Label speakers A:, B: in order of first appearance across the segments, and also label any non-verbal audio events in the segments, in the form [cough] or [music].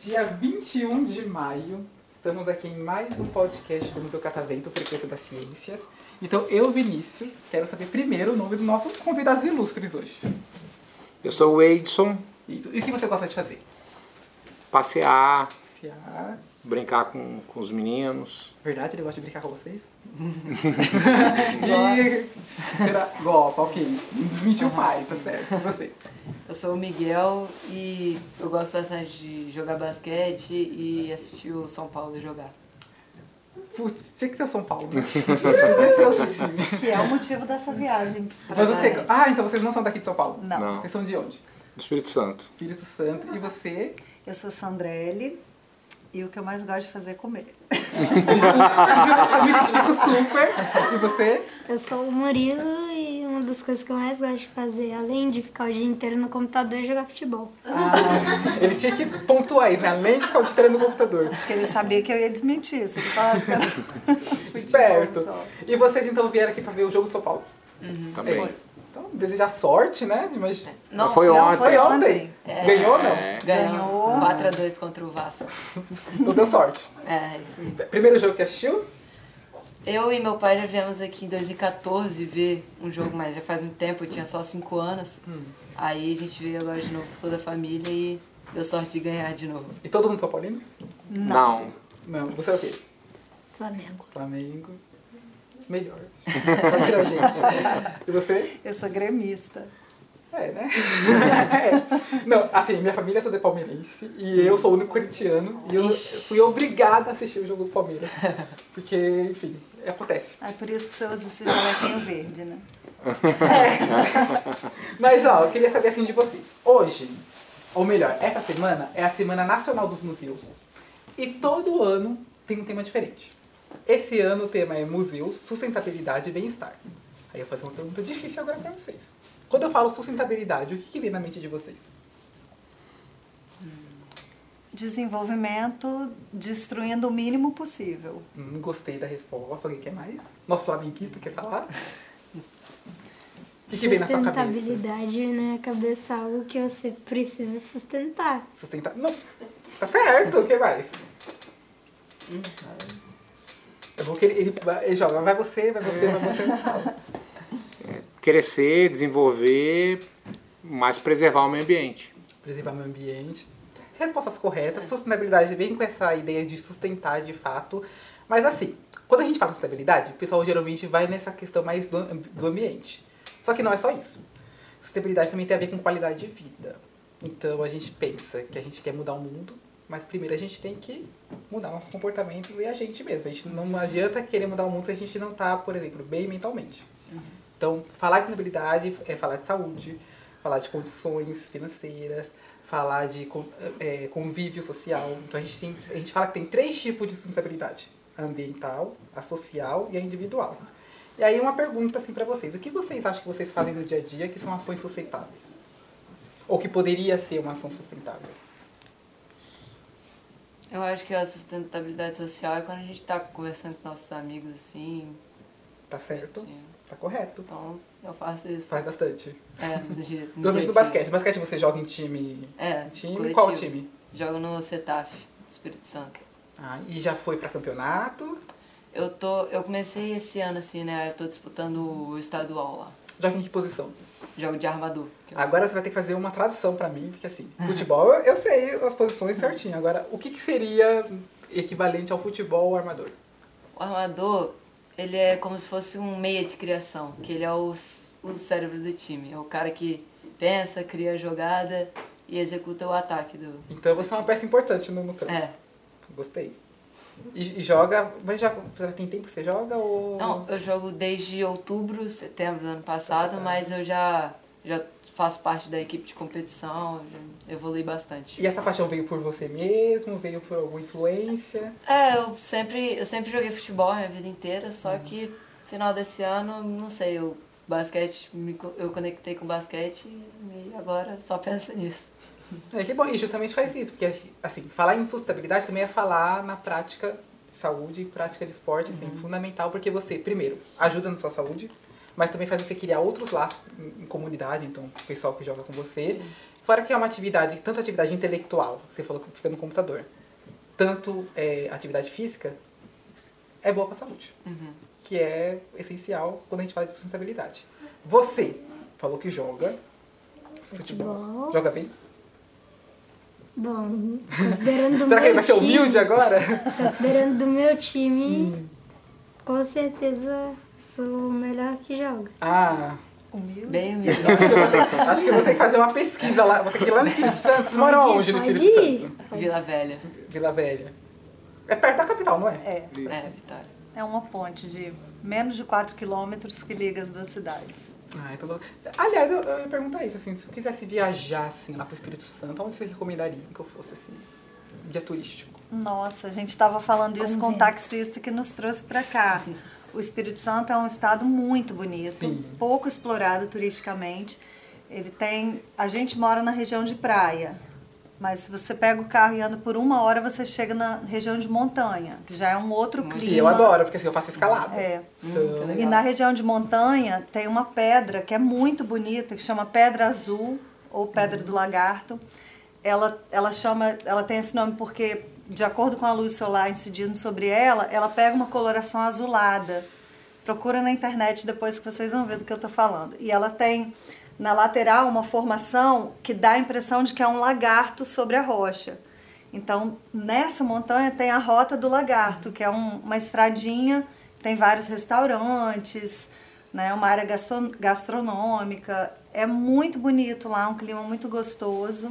A: Dia 21 de maio, estamos aqui em mais um podcast do Museu Catavento, Frequência das Ciências. Então, eu, Vinícius, quero saber primeiro o nome dos nossos convidados ilustres hoje.
B: Eu sou o Edson,
A: E e o que você gosta de fazer?
B: passear,
A: Se a
B: brincar com, com os meninos,
A: verdade ele gosta de brincar com [laughs] vocês? e... Será- Gosta, ok. Não desmentiu mais, tá certo. E você?
C: Eu sou o Miguel e eu gosto bastante de jogar basquete e assistir o São Paulo jogar.
A: Putz, tinha que ter o São Paulo. [laughs] né? Esse é o seu time.
D: Que é o motivo dessa viagem.
A: Mas você... Ah, então vocês não são daqui de São Paulo?
D: Não.
B: Não.
A: Vocês são de onde?
B: do Espírito Santo.
A: Espírito Santo. E você?
D: Eu sou Sandrelli e o que eu mais gosto de fazer é comer.
A: Eu me identifico tipo, super. E você?
E: Eu sou o Murilo e uma das coisas que eu mais gosto de fazer, além de ficar o dia inteiro no computador, é jogar futebol.
A: Ele tinha que pontuar isso, né? Além de ficar auditando no computador.
D: Porque ele sabia que eu ia desmentir. Se ele falasse que era futebol
A: Esperto.
D: só.
A: E vocês então vieram aqui pra ver o jogo do São Paulo?
B: Também.
A: É isso. Então, desejar sorte, né? Mas
B: Mas foi ontem.
A: foi ontem.
D: É. ontem.
A: Ganhou ou não?
B: É.
C: Ganhou 4x2 contra o Vasco.
A: Então deu sorte.
C: É, isso aí.
A: Primeiro jogo que assistiu?
C: Eu e meu pai já viemos aqui em 2014 ver um jogo, mas já faz muito tempo, eu tinha só 5 anos. Aí a gente veio agora de novo com toda a família e deu sorte de ganhar de novo.
A: E todo mundo São Paulino?
B: Não.
A: Não. Você é o quê?
E: Flamengo.
A: Flamengo. Melhor. Pode tirar a gente. E você?
D: Eu sou gremista.
A: É, né? É. [laughs] Não, assim, minha família toda é palmeirense e eu sou o único corintiano e eu eu fui obrigada a assistir o jogo do Palmeiras. Porque, enfim, acontece.
D: É por isso que você usa esse jalequinho verde, né?
A: Mas ó, eu queria saber assim de vocês. Hoje, ou melhor, essa semana é a Semana Nacional dos Museus. E todo ano tem um tema diferente. Esse ano o tema é Museu, Sustentabilidade e Bem-Estar. Aí eu vou fazer uma pergunta difícil agora pra vocês. Quando eu falo sustentabilidade, o que, que vem na mente de vocês?
D: Desenvolvimento destruindo o mínimo possível.
A: Hum, gostei da resposta. Alguém quer mais? Nosso flamenguista quer falar? O que, que vem na sua cabeça?
E: Sustentabilidade na minha cabeça é algo que você precisa sustentar.
A: Sustenta... Não. Tá certo, o que mais? Eu vou querer. É Ele, ele joga, vai você, vai você, vai você.
B: Crescer, desenvolver, mas preservar o meio ambiente.
A: Preservar o meio ambiente. Respostas corretas. Sustentabilidade vem com essa ideia de sustentar de fato. Mas assim, quando a gente fala sustentabilidade, o pessoal geralmente vai nessa questão mais do, ambi- do ambiente. Só que não é só isso. Sustentabilidade também tem a ver com qualidade de vida. Então a gente pensa que a gente quer mudar o mundo, mas primeiro a gente tem que mudar nossos comportamentos e a gente mesmo. A gente não adianta querer mudar o mundo se a gente não tá, por exemplo, bem mentalmente. Então, falar de sustentabilidade é falar de saúde, falar de condições financeiras, falar de con- é, convívio social. Então, a gente, tem, a gente fala que tem três tipos de sustentabilidade: a ambiental, a social e a individual. E aí, uma pergunta assim para vocês: o que vocês acham que vocês fazem no dia a dia que são ações sustentáveis? Ou que poderia ser uma ação sustentável?
C: Eu acho que a sustentabilidade social é quando a gente tá conversando com nossos amigos assim.
A: Tá certo?
C: assim.
A: Tá correto.
C: Então eu faço isso.
A: Faz bastante.
C: É, do [laughs] jeito.
A: Principalmente
C: do
A: no
C: jeitinho.
A: basquete. Basquete você joga em time.
C: É,
A: time?
C: coletivo.
A: Qual time?
C: Jogo no Cetaf, Espírito Santo.
A: Ah, e já foi pra campeonato?
C: Eu tô. Eu comecei esse ano assim, né? Eu tô disputando o estadual lá.
A: Joga em que posição?
C: Jogo de armador. que eu-
A: Agora você vai ter que fazer uma tradução pra mim, porque assim, futebol eu, eu sei as posições certinho. Agora, o que, que seria equivalente ao futebol armador?
C: O armador, ele é como se fosse um meia de criação, que ele é o, c- o cérebro do time. É o cara que pensa, cria a jogada e executa o ataque do.
A: Então você é uma peça importante no, no campo.
C: É.
A: Gostei. E, e joga, mas já, já tem tempo que você joga ou.
C: Não, eu jogo desde outubro, setembro do ano passado, mas eu já, já faço parte da equipe de competição, já evolui bastante.
A: E essa paixão veio por você mesmo? Veio por alguma influência?
C: É, eu sempre, eu sempre joguei futebol a minha vida inteira,
A: Uhum.
C: só que final desse ano, não sei, eu basquete, me co- eu conectei com basquete e agora só penso nisso.
A: É que bom, e justamente faz isso, porque assim, falar em sustentabilidade também é falar na prática saúde e prática de esporte, assim, fundamental, porque você, primeiro, ajuda na sua saúde, mas também faz você criar outros laços em, em comunidade, então, o pessoal que joga com você. Fora que é uma atividade, tanto atividade intelectual, você falou que fica no computador, tanto é, atividade física, é boa pra saúde. Que é essencial quando a gente fala de sustentabilidade. Você falou que joga futebol.
E: Futebol.
A: Joga bem?
E: Bom, considerando
A: [laughs]
E: o
A: Será que ele vai
E: meu
A: ser
E: time,
A: humilde Hum. agora? [laughs]
E: considerando do meu time, com certeza sou o melhor que joga.
A: Ah,
D: Humilde.
A: [laughs]
C: Bem humilde.
A: acho que eu vou ter que fazer uma pesquisa lá. Vou ter que ir lá no Espírito Santo. Você mora
E: Pode ir,
A: onde no
E: pode
A: Espírito
E: ir.
A: Santo?
C: Vila Velha.
A: Vila Velha. É perto da capital, não é?
D: É,
C: É, Vitória.
D: é uma ponte de menos de 4 quilômetros que liga as duas cidades.
A: Ah, então... vou- Aliás, eu, eu ia perguntar isso, assim, se eu quisesse viajar, assim, lá pro Espírito Santo, onde você recomendaria que eu fosse, assim, guia turístico?
D: Nossa, a gente estava falando isso com o taxista que nos trouxe para cá. O Espírito Santo é um estado muito bonito,
A: Sim.
D: pouco explorado turisticamente. Ele tem. A gente mora na região de praia, mas se você pega o carro e anda por uma hora, você chega na região de montanha, que já é um outro clima.
A: Que eu adoro, porque assim, eu faço escalada.
D: É.
A: Então,
D: E na região de montanha tem uma pedra que é muito bonita, que chama Pedra Azul ou Pedra do Lagarto. Ela, ela chama, ela tem esse nome porque de acordo com a luz solar incidindo sobre ela, ela pega uma coloração azulada. Procura na internet depois que vocês vão ver do que eu tô falando. E ela tem na lateral uma formação que dá a impressão de que é um lagarto sobre a rocha. Então, nessa montanha tem a Rota do Lagarto, que é um- uma estradinha, tem vários restaurantes, né, uma área gastro- gastronômica. É muito bonito lá, um clima muito gostoso.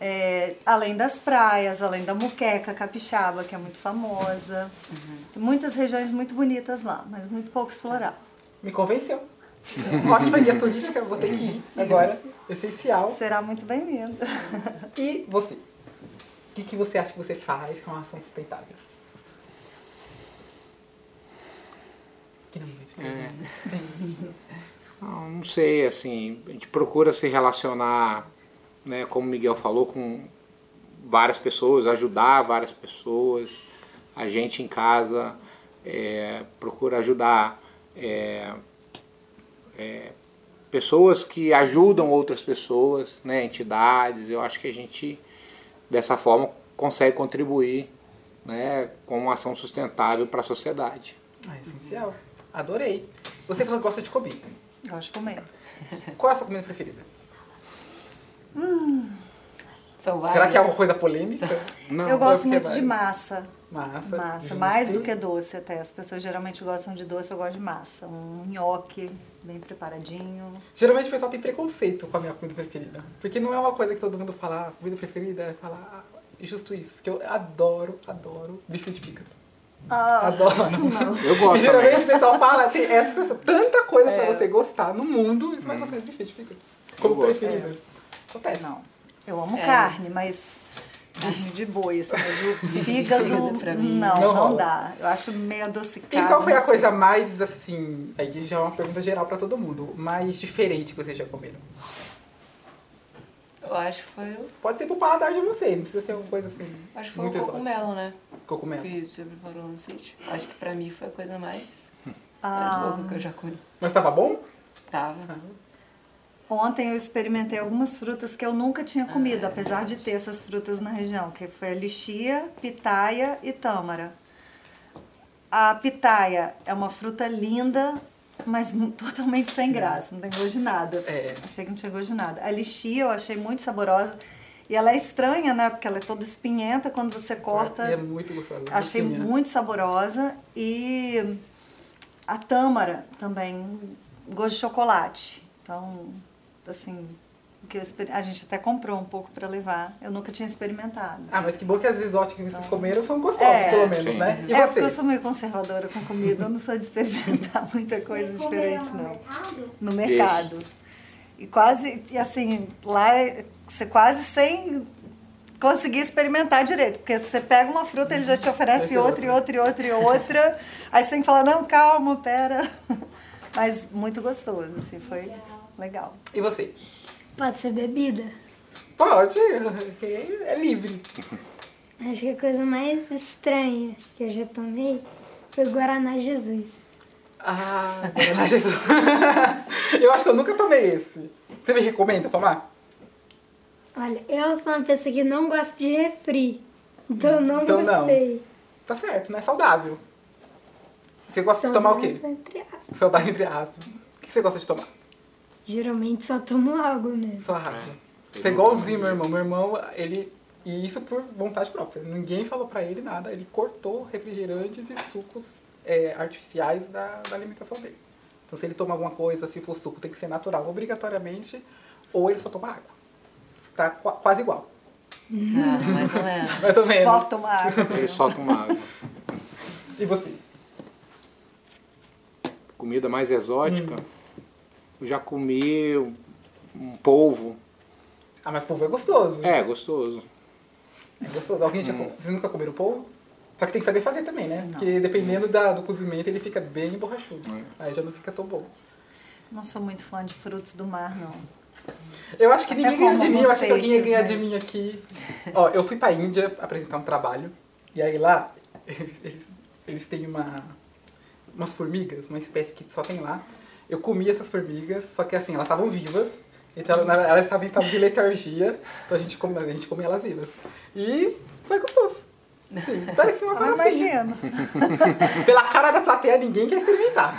D: É, além das praias, além da muqueca capixaba, que é muito famosa. Tem Muitas regiões muito bonitas lá, mas muito pouco explorado.
A: Me convenceu. Então, [laughs] Ótima guia turística, eu vou ter que ir agora. Essencial.
D: Será muito bem-vindo. [laughs]
A: E você? O que, que você acha que você faz com a ação sustentável? Que não, muito bem.
D: É.
B: Não, não sei, assim, a gente procura se relacionar, né, como o Miguel falou, com várias pessoas, ajudar várias pessoas. A gente em casa é, procura ajudar é, é, pessoas que ajudam outras pessoas, né, entidades. Eu acho que a gente, dessa forma, consegue contribuir né, com uma ação sustentável para a sociedade.
A: Ah, essencial. Adorei. Você falou que gosta de
D: [laughs]
A: comer.
D: Gosto de comer.
A: Qual é a sua comida preferida?
C: São várias.
A: Será que é alguma coisa
D: [laughs]
A: polêmica?
B: Não,
D: Eu
A: gosto
D: gosto
A: que
D: muito
A: vai.
D: de massa.
A: Massa.
D: Massa,
A: justo.
D: mais do que doce até. As pessoas geralmente gostam de doce, eu gosto de massa. Um nhoque bem preparadinho.
A: Geralmente o pessoal tem preconceito com a minha comida preferida. Porque não é uma coisa que todo mundo fala, ah, comida preferida, é falar, ah, justo isso. Porque eu adoro, adoro bife de fígado. Ah, Adoro.
D: [laughs]
B: eu gosto
A: E geralmente
B: também.
A: o pessoal fala, tem essa, essa- tanta coisa
D: É.
A: pra você gostar no mundo, isso vai gostar de bife de fígado. Como
B: Hum. gosto.
D: É.
A: preferida. Acontece.
D: Não, eu amo
C: É.
D: carne, mas carne de boi, assim,
A: [laughs]
D: mas o fígado
C: fígado pra mim
D: não,
A: né? não
D: não,
A: rola.
D: dá. Eu acho meio
A: E
D: adocicado.
A: qual foi a
D: não sei.
A: coisa mais, assim, aí já é uma pergunta geral pra todo mundo, mais diferente que vocês já comeram?
C: Eu acho que foi, o-
A: Pode ser pro paladar de vocês, não precisa ser uma coisa assim,
C: acho que foi o
A: muito É. exótica.
C: cogumelo, né?
A: Cogumelo.
C: Que você preparou no sítio. Acho que pra mim foi a coisa
A: [laughs]
C: mais, mais
D: Ah,
C: louca que eu já comi.
A: Mas tava bom?
C: Tava.
D: Ontem eu experimentei algumas frutas que eu nunca tinha comido, apesar de ter essas frutas na região, que foi a lixia, pitaia e tâmara. A pitaia é uma fruta linda, mas mu- [laughs] totalmente sem graça, não tem gosto de nada.
A: É.
D: Achei que não tinha gosto de nada. A lixia eu achei muito saborosa. E ela é estranha, né? Porque ela é toda espinhenta quando você corta.
A: E é muito assim, né? gostoso.
D: Achei
A: docinha.
D: muito saborosa. E a tâmara também, gosto de chocolate. Então, assim, o que eu exper- a gente até comprou um pouco para levar. Eu nunca tinha experimentado.
A: Ah, mas que bom que as exóticas que vocês comeram são gostosas,
D: Ah. É.
A: pelo menos,
B: Sim.
A: né? E
D: é porque eu
A: você?
D: sou meio conservadora com comida, eu não sou de experimentar [laughs] muita coisa diferente,
E: é, né?
D: não. No mercado.
B: Isso.
D: E quase, e assim, lá é- você quase sem conseguir experimentar direito. Porque você pega uma fruta, ele já te oferece
A: Esse
D: outra, e outra, e outra, e outra. Aí você tem que falar, não, calma, pera. [laughs] Mas muito gostoso, assim, foi legal.
A: E você? [laughs]
E: Pode ser bebida?
A: Pode, é livre.
E: Acho que a coisa mais estranha que eu já tomei foi o Guaraná Jesus.
A: Ah, Guaraná Jesus. [laughs] eu acho que eu nunca tomei esse. Você me recomenda tomar?
E: Olha, eu sou uma pessoa que não gosta de refri. Então eu não
A: Então não.
E: gostei.
A: Tá certo, não é saudável. Você gosta de tomar o quê?
E: Entre aspas.
A: Saudável entre aspas. O que você gosta de tomar?
E: Geralmente só tomo água mesmo.
A: Só água. Você é igualzinho, meu irmão. Meu irmão, ele. E isso por vontade própria. Ninguém falou pra ele nada. Ele cortou refrigerantes e sucos é, artificiais da, da alimentação dele. Então, se ele toma alguma coisa, se for suco, tem que ser natural, obrigatoriamente, ou ele só toma água. Tá qua- quase igual.
C: Ah, mais ou menos.
A: Mais ou menos.
D: Só tomar água.
B: Ele solta uma água.
A: E você?
B: Comida mais exótica. Eu já comi um- um polvo.
A: Ah, mas polvo é gostoso.
B: É, gostoso.
A: É gostoso. Alguém já com- Vocês nunca comeram polvo? Só que tem que saber fazer também, né? Porque dependendo da- do cozimento, ele fica bem borrachudo. Aí já não fica tão bom.
D: Não sou muito fã de frutos do
A: [laughs]
D: mar, não.
A: Eu acho que
D: Até
A: ninguém ganha de
D: como
A: mim, eu
D: alguns
A: acho que alguém ia
D: Tá peixes,
A: ganhar
D: mas-
A: de mim aqui. Ó, eu fui pra Índia apresentar um trabalho, e aí lá [laughs] eles, eles têm uma, umas formigas, uma espécie que só tem lá. Eu comi essas formigas, só que assim, elas estavam vivas, então elas- elas estavam em estado de letargia, então a gente comia, a gente comia elas vivas. E foi gostoso.
D: [laughs]
A: Sim, parecia uma
D: Ah,
A: coisa feia.
D: imagino.
A: Pela cara da plateia, ninguém quer experimentar.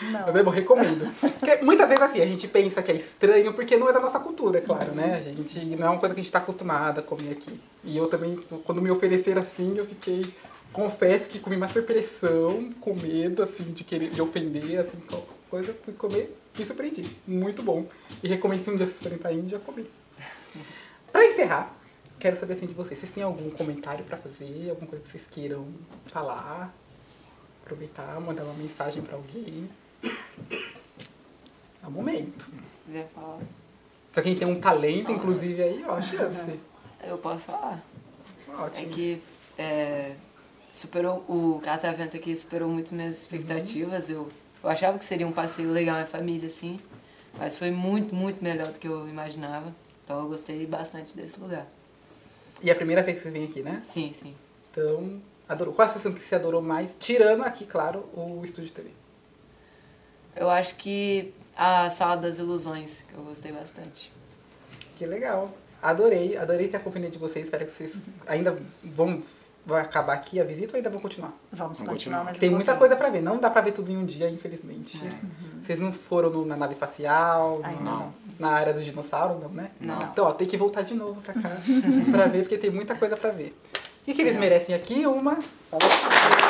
A: Eu
D: Não.
A: mesmo recomendo. Porque muitas vezes assim, a gente pensa que é estranho porque não é da nossa cultura, é claro, né? A gente não é uma coisa que a gente tá acostumada a comer aqui. E eu também, quando me ofereceram assim, eu fiquei. Confesso que comi mais por pressão, com medo, assim, de querer de ofender, assim, qualquer coisa, fui comer me surpreendi. Muito bom. E recomendo se um dia vocês forem pra Índia, comer. Pra encerrar, quero saber assim de vocês. Vocês têm algum comentário pra fazer? Alguma coisa que vocês queiram falar? Aproveitar, mandar uma mensagem pra alguém? É o momento.
C: Quiser falar,
A: Só quem tem um talento, inclusive, aí, ó, chance.
C: eu posso falar. É
A: Ótimo.
C: que é, superou o catavento aqui superou muito minhas expectativas. Eu, eu achava que seria um passeio legal em família, assim, mas foi muito, muito melhor do que eu imaginava. Então eu gostei bastante desse lugar.
A: E é a primeira vez que vocês vêm aqui, né?
C: Sim, sim.
A: Então, adorou. Qual a sessão que você adorou mais? Tirando aqui, claro, o estúdio TV.
C: Eu acho que a Sala das Ilusões, que eu gostei bastante.
A: Que legal. Adorei, adorei ter a companhia de vocês. Espero que vocês ainda vão vai acabar aqui a visita ou ainda vão continuar?
B: Vamos
D: Vamos continuar
B: continuar.
D: mais um
A: Tem muita
D: pouquinho.
A: coisa pra ver. Não dá pra ver tudo em um dia, infelizmente. Vocês não foram no- na nave espacial,
D: Ainda
A: na-
D: não.
A: na área dos dinossauros, não, né?
C: Não.
A: Então, ó, tem que voltar de novo pra cá pra ver, porque tem muita coisa pra ver. O que, que eles merecem aqui? Uma. palma.